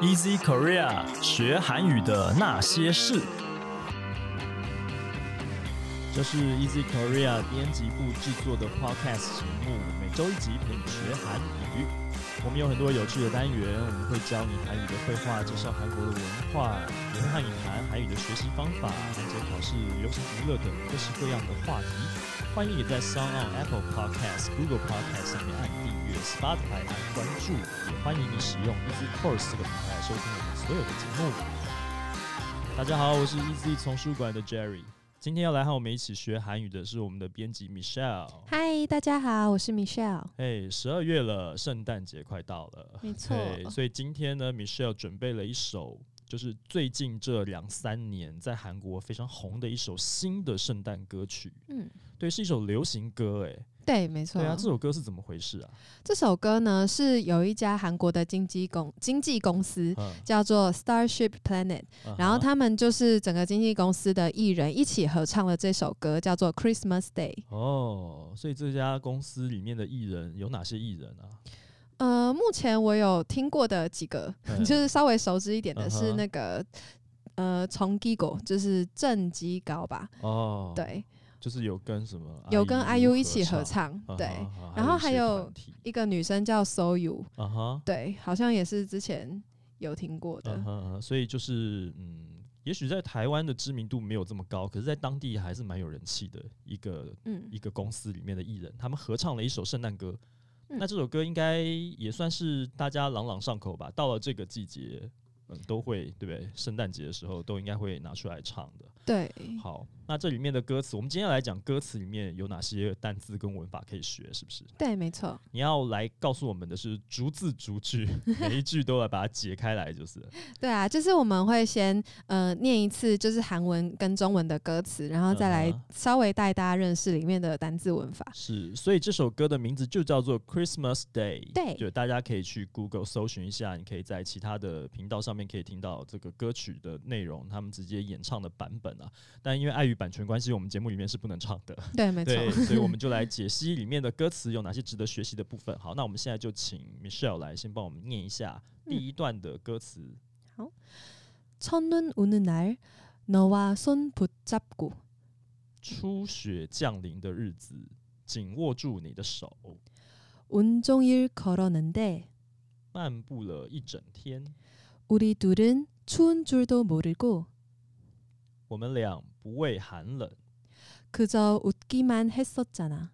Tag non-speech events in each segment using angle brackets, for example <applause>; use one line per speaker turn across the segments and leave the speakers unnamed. Easy Korea 学韩语的那些事。这是 Easy Korea 编辑部制作的 Podcast 节目，每周一集陪你学韩语。我们有很多有趣的单元，我们会教你韩语的绘画，介绍韩国的文化，连汉语谈韩语的学习方法，韩解考试、流行娱乐等各式各样的话题。欢迎你在 s o n g on Apple Podcast、Google Podcast 上面按订阅，Spotify 按关注，也欢迎你使用 Easy Course 这个平台收听我们所有的节目。大家好，我是 Easy 丛书馆的 Jerry，今天要来和我们一起学韩语的是我们的编辑 Michelle。
嗨，大家好，我是 Michelle。
嘿，十二月了，圣诞节快到了，
没错
嘿所以今天呢，Michelle 准备了一首。就是最近这两三年在韩国非常红的一首新的圣诞歌曲，
嗯，
对，是一首流行歌，哎，
对，没错。
对啊，这首歌是怎么回事啊？
这首歌呢是有一家韩国的经纪公经纪公司。
嗯
叫做 Starship Planet，
嗯
然后
哼
他们就是整个经纪公司的艺人一起合唱了这首歌，叫做 Christmas Day。
哦，所以这家公司里面的艺人有哪些艺人啊？
呃，目前我有听过的几个，
嗯
<laughs> 就是稍微熟知一点的
嗯
是
哼
那个、呃，从 Gigo 就是郑基高吧，
哦，，
对，
就是有跟什么
有跟 IU 一起合
合唱，
唱，
嗯哼
对，
啊
然后还
一些
有
团体
一个女生叫 Soyu，
啊哈，
对，好像也是之前有听过的。
嗯哼嗯哼，所以就是嗯，也许在台湾的知名度没有这么高，可是在当地还是蛮有人气的一个
嗯
一个公司里面的艺人，他们合唱了一首圣诞歌。
嗯
那这首歌应该也算是大家朗朗上口吧？到了这个季节，嗯，都会对不对？圣诞节的时候都应该会拿出来唱的。
对，
好，那这里面的歌词，我们今天来讲歌词里面有哪些单字跟文法可以学，是不是？
对，没错，
你要来告诉我们的是逐字逐句， <laughs> 每一句都要把它解开来，就是了。
对啊，就是我们会先呃念一次，就是韩文跟中文的歌词，然后再来
嗯哼
稍微带大家认识里面的单字文
<laughs>
法。
是，所以这首歌的名字就叫做 Christmas Day。
对
就大家可以去 Google 搜寻一下，你可以在其他的频道上面可以听到这个歌曲的内容，他们直接演唱的版本啊。但因为碍于版权关系，我们节目里面是不能唱的。
对，没错。
对，所以我们就
<laughs>
来解析里面的歌词有哪些值得学习的部分。好，那我们现在就请 Michelle 来先帮我们念一下
嗯
第一段的歌词。
첫눈 오는 날 너와 손 붙잡고
初雪降临的日子，紧握住你的手，
온종일 걸었는데
漫步了一整天，
우리 둘은 추운 줄도 모르고
我们俩不畏寒冷，
그저 웃기만 했었잖아.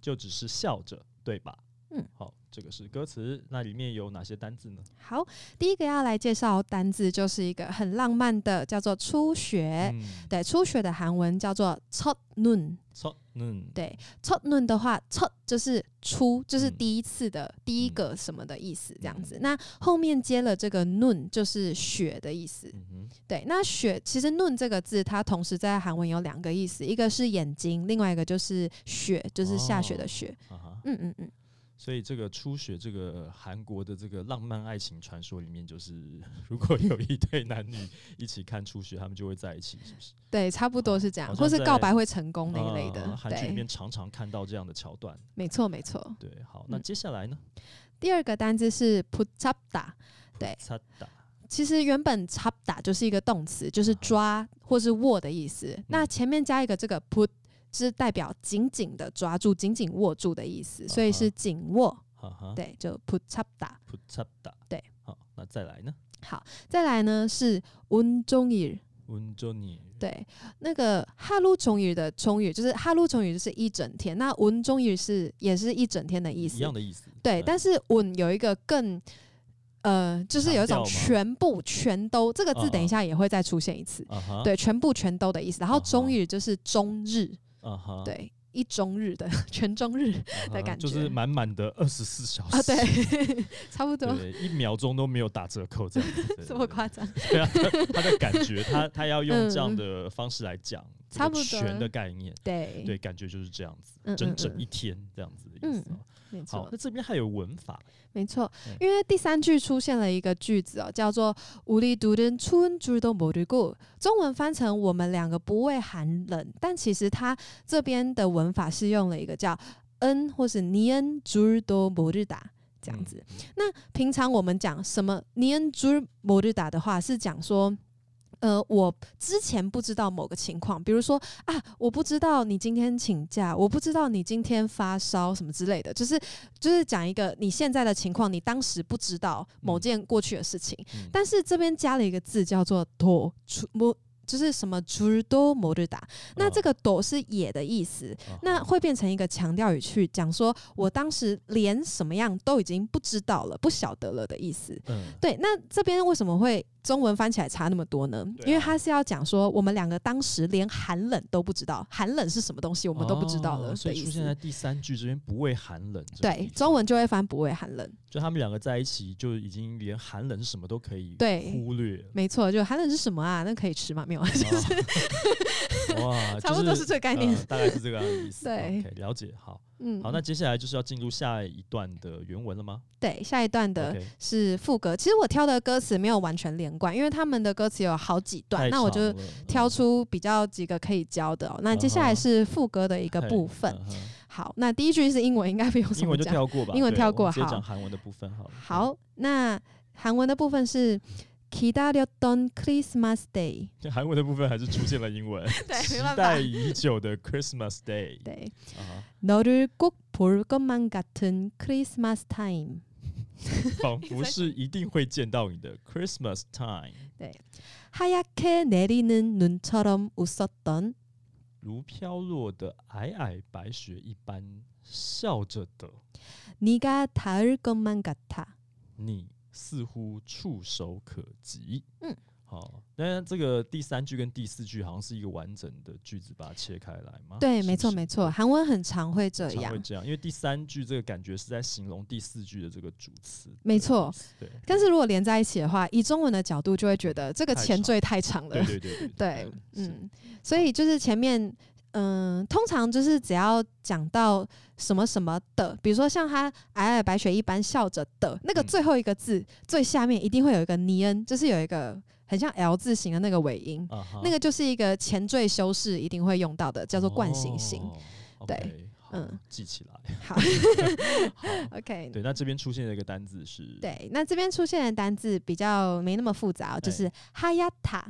就只是笑着，对吧？
嗯，
好，这个是歌词。那里面有哪些单字呢？
好，第一个要来介绍单字，就是一个很浪漫的，叫做初雪。
嗯，
哎对，初雪的韩文叫做 “chot nun”。
错，嗯，
对，“chot nun” 的话，“chot” 就是初，就是
嗯
第一次的、第一个什么的意思，这样子。那后面接了这个 “nun”，就是雪的意思。
嗯哼，
对，那雪其实 “nun” 这个字，它同时在韩文有两个意思，一个是眼睛，另外一个就是雪，就是下雪的雪。
啊哈。
嗯嗯嗯，
所以这个初雪，这个韩国的这个浪漫爱情传说里面，就是 <laughs> 如果有一对男女一起看初雪，他们就会在一起，是不是？
对，差不多是这
哦
样，
好像
或是
在
告白会成功那一类的。
啊韩剧里
对
面，常常看到这样的桥段。
没错没错。
对，好，那
嗯
接下来呢？
第二个单字是 put up da，对
擦打
其实原本 “chop 打”就是一个动词，
啊
就是抓或是握的意思。
嗯
那前面加一个这个 “put”，是代表紧紧的抓住、紧紧握住的意
啊
思，所以是紧握。
哈哈，
对，就 “put chop 打
扑擦打，
对，
好，那再来呢？”。
好，再来呢是 “un 中语”，
温州你
对，那个哈鲁中语的中语就是哈鲁中语就是一整天，那 un 中语是也是一整天的意
一
思。
样的意思，
对，
嗯
但是 un 有一个更。呃，就是有一种
强调啊吗
全部、全都这个字，等一下也会再出现一次。
啊哈，
对，全部全都的意思。然后
啊哈
中日就是中日，
啊哈，
对，一中日的 <laughs> 全中日
啊哈
<laughs> 的感
就是
觉
满满的二十四 <laughs> 小时
啊，对，差不多，
对，一秒钟都没有打折扣，这样
<laughs>
子，对
这么
对
夸张。
对啊，他的感觉，他他要用这样的方式来
<laughs>
讲，这个
差不多
全的概念，
对，
对，感觉就是这样子，
嗯
整
嗯
整
嗯
一天这样子的意思哦。
没
好
错，，
那这边还有文法，
没错
嗯。
因为第三句出现了一个句子哦，叫做“우리둘은추운줄도모르고”，中文翻成“我们两个不畏寒冷”，但其实它这边的文法是用了一个叫 “n” 或是 “ni n 줄도모르다”
嗯
这样子。那平常我们讲什么“니은줄모르다”的话，是讲说。呃，我之前不知道某个情况，比如说啊，我不知道你今天请假，我不知道你今天发烧什么之类的，就是就是讲一个你现在的情况，你当时不知道某件过去的事情，
嗯
但是这边加了一个字叫做“多出么”，就是什么“주도모르다”。那
嗯
这个“多”是也的意思，
哦
那会变成一个强调语去讲说我当时连什么样都已经不知道了，不晓得了的意思。
嗯
对，那这边为什么会中文翻起来差那么多呢？
对啊
因为他是要讲说，我们两个当时连寒冷都不知道，寒冷是什么东西，我
我
们都不知道了
哦所
的
以
意
出现在
思。
第三句这边不畏寒冷这个地
对
方。，
中文就会翻不畏寒冷。
就他们两个在一起，就已经连寒冷是什么都可以
对
忽略了。
<laughs> 没错，就寒冷是什么啊？那可以
<laughs>
吃吗？没有， <laughs>
哦哇，
差不多
就是
这个概念
呃大概是这个样的意思。
<laughs> 对
OK，了解。好，
嗯，
好，那接下来就是要进入下一段的原文了吗？
对下一段的
OK，
是副歌。其实我挑的歌词没有完全连贯，因为他们的歌词有好几段，
太
那我
长
就
了
挑出比较几个可以教的、哦。那接下
嗯
来
哼
是副歌的一个
嘿
部分。
嗯哼
好，那第一句是英文，应该不用什
英
么
文就
讲。
跳过吧，
英文
对
跳
我们
过
直接
好
讲韩文的部分好了。 <laughs>
好，那韩文的部分是기다렸던 Christmas Day。
嗯，韩文的部分还是出现了英
<laughs>
文，期待已久的 Christmas Day。
对，
啊，
너를꼭볼것만같은 Christmas time。
仿佛
<laughs>
是一定会见到你的 Christmas time，
하얗게내리는눈처럼웃었던
如飘落的皑皑白雪一般笑着的
네가닿을것만같아。
你，似乎触手可及。
嗯，
好，那这个第三句跟第四句好像是一个完整的句子，把它切开来吗？
对，
是
没
不
错
是
没错，韩文很常会这
常会
样。
这样，因为第三句这个感觉是在形容第四句的这个主词。
没错，
对，
但是如果连在一起的话，以中文的角度就会觉得这个
太
前
长
缀太长了
对。对
<laughs>
对对
对，
是
嗯，所以就是前面，嗯，通常就是只要讲到什么什么的，比如说像他皑皑白雪一般笑着的那个
嗯
最后一个字、最下面一定会有一个尼恩，就是有一个很像 L 字形的那个尾音，
啊哈
那个就是一个前缀修饰一定会用到的，叫做惯性型。
哦
对
OK，好
嗯
记起来。
好
<laughs> 好，
<laughs> ，OK，
对，那这边出现的一个单字是，
对，那这边出现的单字比较没那么复杂哦、就是哈亚塔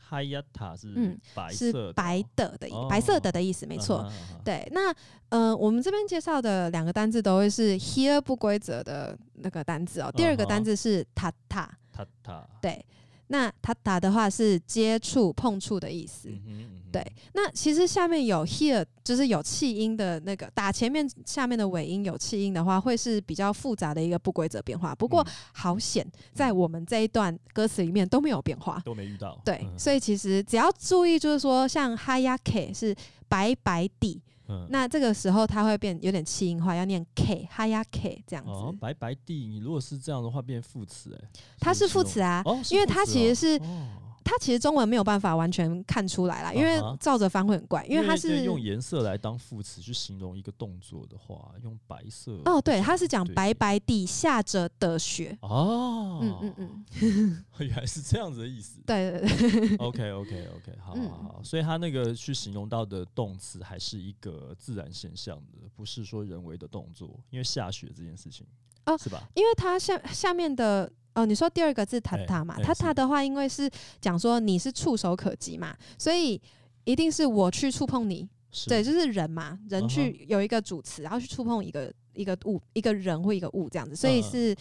哈亚塔是
嗯
白色的
是
哦
白，的的意、白色的的意思，没错。
啊哈，啊哈
对，那呃，我们这边介绍的两个单字都会是 here 不规则的那个单字哦。第二个
嗯
单字是 tata，、
塔塔，
对，那 tata 的话是接触、碰触的意思。
嗯哼，嗯哼
对，那其实下面有 here，就是有气音的那个打前面下面的尾音有气音的话，会是比较复杂的一个不规则变化。不过、
嗯
好险，在我们这一段歌词里面都没有变化。
都没遇到，
对，
嗯
所以其实只要注意，就是说像 hayake 是白白底，
嗯
那这个时候它会变有点气音化，要念 k 哈呀 k 这样子，
哦，白白地，你如果是这样的话，变副词哎，
它是副词
啊，
啊。
哦，
因为它其
是
实是
副词哦哦，
它其实中文没有办法完全看出来啦，因为
啊哈
照着翻会很怪，因为它
对
是
用颜色来当副词去形容一个动作的话，用白色，
哦，对，它是讲
对
白白地下着的雪，
哦，
嗯嗯嗯，
<laughs> 原来是这样子的意思。
对对 <laughs> 对，
OK OK OK，好
<laughs>
好
嗯
好好，所以它那个去形容到的动词还是一个自然现象的，不是说人为的动作，因为下雪这件事情，
哦
是吧？
因为它下下面的。哦，你说第二个字塔塔嘛？
哎
塔
是
塔的话，因为是讲说你是触手可及嘛，所以一定是我去触碰你，
是
对，就是人嘛，
嗯
人
哼
去有一个主词，然后去触碰一个一个物、一个人或一个物这样子，所以
嗯嗯
是、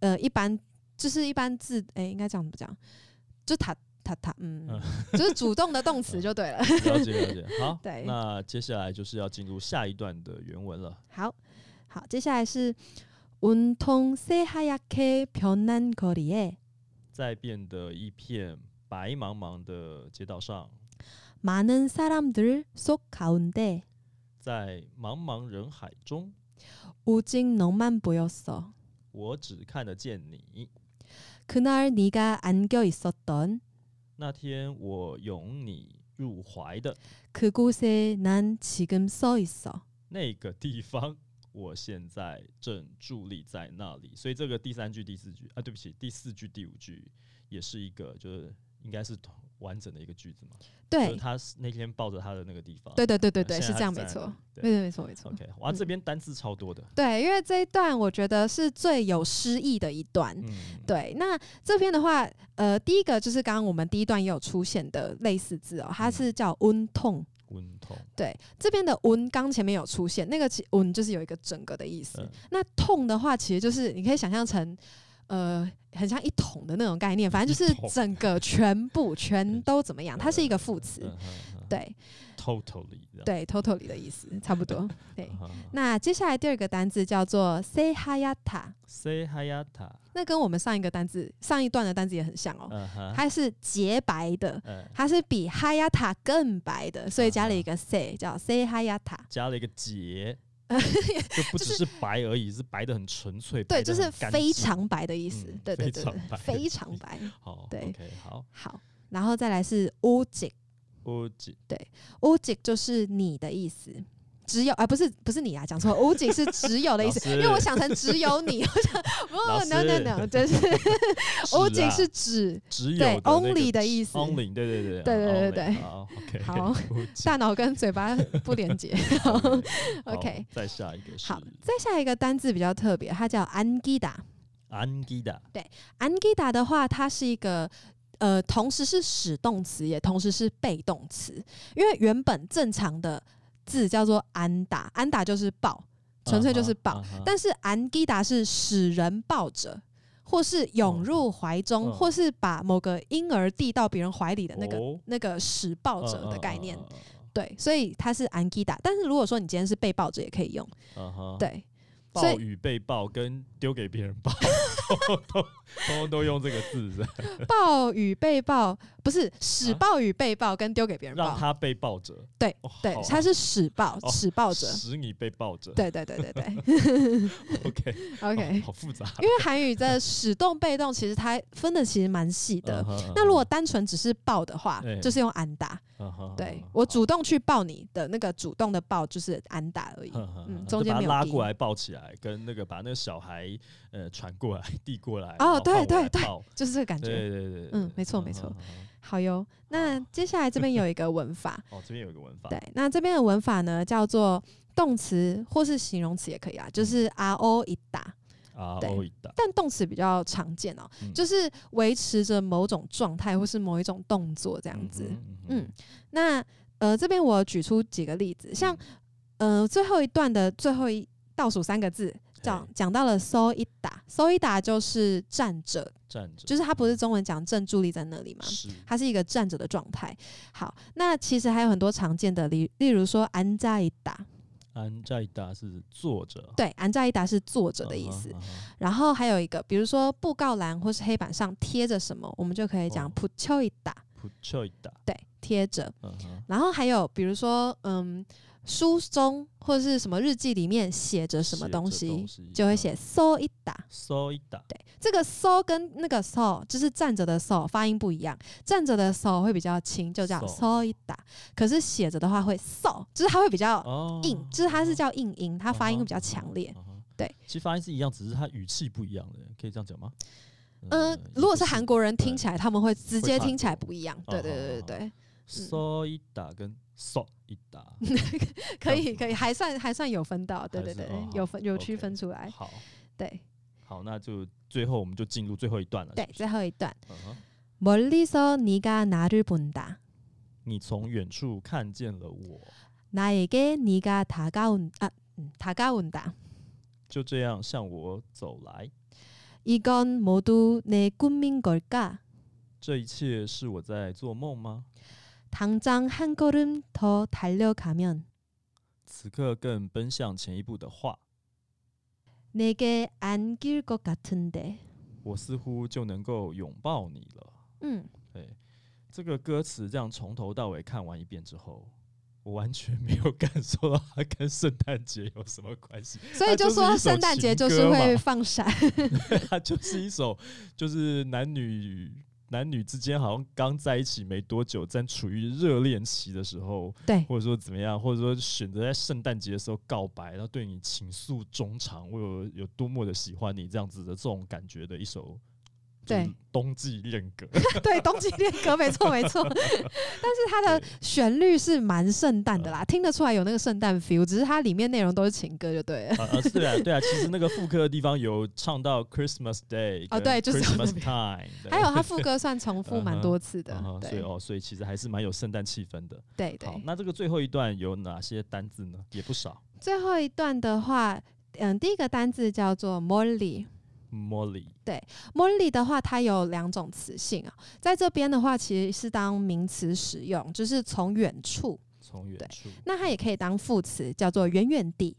呃一般就是一般字哎、应该这样怎么讲？就塔塔塔，嗯，
嗯
就是主动的动词就对了。 <laughs>
了解了解。好，
对
那接下来就是要进入下一段的原文了。
好好，接下来是운통새하얗게변한거리에
在变得一片白茫茫的街道上，
많은사람들속가운데
在茫茫人海中，
오직너만보였어
我只看得见你。
그날네가안겨있었던
那天我拥你入怀的
그곳에난지금서있어。
那个地方，我现在正伫立在那里。所以这个第三句、第四句啊，对不起，第四句、第五句也是一个，就是应应该是同完整的一个句子嘛？就是
对，
他是那天抱着他的那个地方。
对对对对
哦现
对，
在
是
他
这样
在
没
哪
错
里，对
对对没错没错。
OK，哇，
嗯
这边单字超多的。
对，因为这一段我觉得是最有诗意的一段。
嗯，
对，那这边的话，呃，第一个就是刚刚我们第一段也有出现的类似字哦，
嗯
它是叫 un tone。
滚筒。
对，这边的 un 刚前面有出现，那个其 un 就是有一个整个的意思。
嗯
那痛的话，其实就是你可以想象成，呃，很像一桶的那种概念，反正就
一
是
桶
整个全部
<laughs>
全都怎么样，它是一个副词。
嗯哼哼
对
，totally 这样。
对，totally 的意思差不
<laughs>
多。对
嗯，哼
那接下来第二个单字叫做 sehayata，
，say hayata，
那跟我们上一个单字上一段的单字也很像哦，
嗯哼，
它是洁白的，
嗯，
它是比 hayata 更白的，所以加了一个 se，叫 sehayata。
加了一个结，
<laughs>
就不只是白而已，是白的很纯粹，
对，
白得
就
很
是
干
非
净
常白的意思
嗯。
对对
非
对，对
常白
非常白。
好。
对
o k 好，
好，然后再来是 u j i
我记
u j i 就是你的意思。只有啊，不是不是你啊，
<laughs>
讲错了 u j i 是只有的意思，
老师
因为我想成只有你，我
<laughs>
想
老
不
师
，no no no，就是 u j i 是指
只有
对
的那个
only 的
只
意思
，only 对对对
对对对
only，
对
好，OK， <laughs>
好大脑跟嘴巴不连接。
，OK，
<laughs> OK
再下一个是
好，再下一个单字比较特别，它叫 angida。
angida，
angida 的话，它是一个呃，同时是使动词，也同时是被动词，因为原本正常的字叫做安打，安打就是抱，纯粹就是抱
嗯哼，
但是 angida 是使人抱着。或是涌入怀中，
哦嗯
或是把某个婴儿递到别人怀里的那个、
哦
那个使抱者的概念，，
嗯嗯嗯嗯
对，所以它是 angida。但是如果说你今天是被抱着，也可以用，
嗯哼，
对，所以
抱 <laughs> 与被抱跟丢给别人抱，都都都用这个字，是吧
抱与被抱不是使
啊
抱与被抱跟丢给别人抱
让，他被抱着，
对
哦
对
好，
它是使抱
哦
使抱者。
使你被抱着，
对对对
<laughs>
对对
，OK
，OK
哦。好复杂，
因为韩语的使动被动，其实它分的其实蛮细的
<laughs> 嗯。哼
那如果单纯只是抱的话
对，
就是用安打。
嗯哼
对
嗯
我主动去抱你的那个主动的抱，就是安打而已。
哼哼
嗯
哼
中
就
间
把
没
他
有
拉
音
过来抱起来，跟那个把那个小孩呃传过来递过来，
哦
然后
对
换我
对
来
对
抱
就是这个感
对
觉。
对对对，
嗯
对
没错
嗯
没错
嗯嗯
好哟。那接下来这边有一个文法，
<laughs> 嗯哦，这边有一个文法，
对，那这边的文法呢叫做动词或是形容词也可以啊，就是 R O 一打。
啊，
对
欧一达，
但动词比较常见哦，
嗯
就是维持着某种状态或是某一种动作这
这
样子。
嗯
嗯，那呃，这边我举出几个例子，像
嗯
呃最后一段的最后一倒数三个字，讲
嘿
讲到了 so i d a so i d a 就是站着，
站着，
就是它不是中文讲正助力在那里嘛，
是
它是一个站着的状态。好，那其实还有很多常见的，例例如说安扎伊达，
安在达是坐着，
对，安扎伊达是坐着
嗯
的意
哼
思。
嗯哼
然后还有一个，比如说布告栏或是黑板上贴着什么，我们就可以
哦
讲 put c h o i d a
普丘一达，
对，贴着。
嗯哼，
然后还有比如说，嗯，书中或者是什么日记里面写着什么
写
东
着
西，
东西
就会
嗯
写 so i d a
搜一达，
对，这个 so 跟那个 so 就是站着的 so 发音不一样，站着的 so 会比较轻，就叫
so
so i d a 可是写着的话会 so，就是它会比较
哦，
硬，就是它是叫硬音，它发音
嗯
会
哼
比较强烈。
嗯哼
对，
其实发音是一样，只是它语气不一样的，可以这样讲吗？
嗯、
也
如果
不
是韩国人听起来，他们会直接
会差
听起来不一样。对
哦
对对对
好
对。嗯
搜一打跟搜一打，
可以
嗯
可以，还算还算有分到， <laughs> 对
还
对
是
对哎
哦，
有
好
分有
OK
区分出来。
好
对
好，那就最后我们就进入最后一段了。
对，
是不是
最后一段，
嗯哼
멀리서네가나를본다，
你从远处看见了我，
나에게네가다가온啊음다가온다，
就这样向我走来。
이건모두내꿈인걸까？
这一切是我在做梦吗？
당장한걸음더달려가면
此刻更奔向前一步的话，
내게안길것같은데，
我似乎就能够拥抱你了。
嗯，
对，这个歌词这样从头到尾看完一遍之后，我完全没有感受到它跟圣诞节有什么关系。
所以
它
就
就是一
说
首
圣诞节
情
就是
歌
会
嘛
放闪，
它就是一首就是男女男女之间好像刚在一起没多久，正处于热恋期的时候，
<laughs> 对
或者说怎么样，或者说选择在圣诞节的时候告白，然后对你倾诉衷肠，我有有多么的喜欢你这样子的这种感觉的一首就是
对
冬季恋歌， <laughs>
对，冬季恋歌，没错没错。但是它的旋律是蛮圣诞
嗯
的啦，听得出来有那个圣诞 feel，只是它里面内容都是情歌就对了。
啊啊，是对啊，对啊，其实那个副歌的地方有唱到 Christmas Day，
哦
跟
对就是到那
Christmas
边
time，对
还有它副歌算
<laughs>
重复蛮多次的
啊哈，
对
所以哦，所以其实还是蛮有圣诞气氛的。
对对
好，。那这个最后一段有哪些单字呢？也不少
最后一段的话，嗯，第一个单字叫做 Molly。
，Molly，
Molly 的话，它有两种词性啊，在这边的话其实是当名词使用，就是从远处。
从远
对
处，
那它也可以当副词，叫做远远地。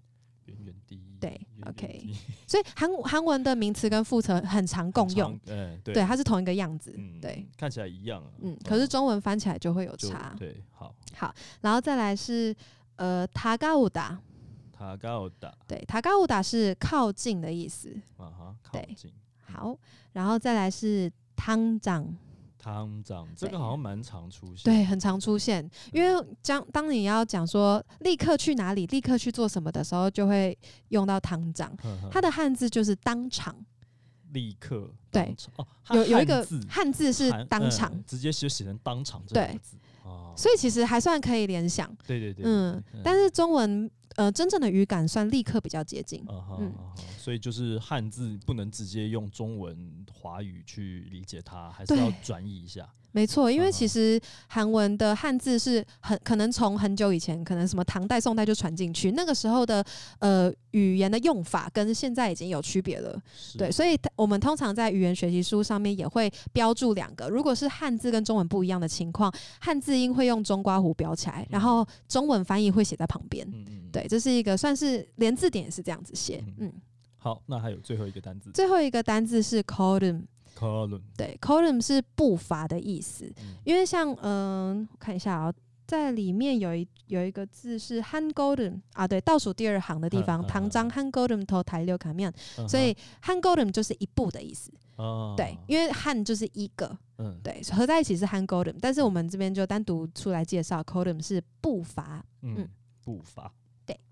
远远地，
对
远远
OK
地
所以韩韩文的名词跟副词很常共用，，
长哎，对
对，它是同一个样子，
嗯
对，，
看起来一样啊，
嗯，可是中文翻起来就会有
就
差。
对，好，
然后再来是呃塔嘎乌达，
塔高达
对，塔嘎乌达是靠近的意思。
啊哈，靠
对
近。
好，然后再来是汤长，
汤长，这
对
个好像蛮常出现。
对，很常出现，因为将当你要讲说立刻去哪里、立刻去做什么的时候，就会用到汤长。
呵呵，
它的汉字就是当场，
立刻
对
当场哦，它
有有一个
汉字
汉字是
含
当
嗯
场，
直接就写成当场这两
对
个字哦，
所以其实还算可以联想，
对对对，
嗯，但是中文呃真正的语感算立刻比较接近，
啊哈
嗯
啊哈，所以就是汉字不能直接用中文华语去理解它，还是
对
要转译一下。
没错，因为
嗯
其实韩文的汉字是很可能从很久以前，可能什么唐代、宋代就传进去，那个时候的呃语言的用法跟现在已经有区别了。
是
对，所以它我们通常在语言学习书上面也会标注两个，如果是汉字跟中文不一样的情况，汉字音会用中刮弧标起来，然后中文翻译会写在旁边。
嗯嗯，
对，这是一个算是连字典也是这样子写。
嗯
嗯，
好，那还有最后一个单字
最后一个单字是 column。
，column，
对，column 是步伐的意思，
嗯
因为像嗯、我看一下啊、在里面有一有一个字是 han golden 啊，对，倒数第二行的地
嗯嗯
方，
嗯
唐章 han golden 头抬六卡面，
嗯
所以 han golden 就是一步的意思，
哼啊，
对，因为 han 就是一个，
嗯
对，合在一起是 han golden，但是我们这边就单独出来介绍 column 是步伐，
嗯
嗯
步伐。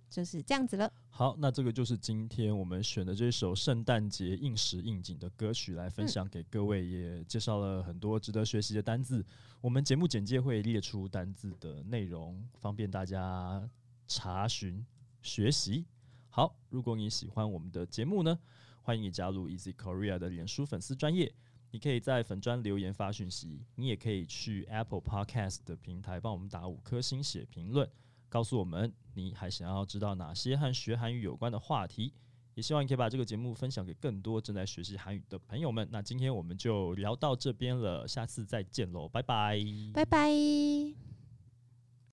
就是这样子了。
好，那这个就是今天我们选的这首圣诞节应时应景的歌曲来分享给各位，也介绍了很多值得学习的单字。我们节目简介会列出单字的内容，方便大家查询学习。好，如果你喜欢我们的节目呢，欢迎你加入 Easy Korea 的脸书粉丝专业。你可以在粉专留言发讯息，你也可以去 Apple Podcast 的平台帮我们打五颗星写评论。告诉我们你还想要知道哪些和学韩语有关的话题。也希望你可以把这个节目分享给更多正在学习韩语的朋友们。那今天我们就聊到这边了，下次再见喽，拜拜，
拜拜。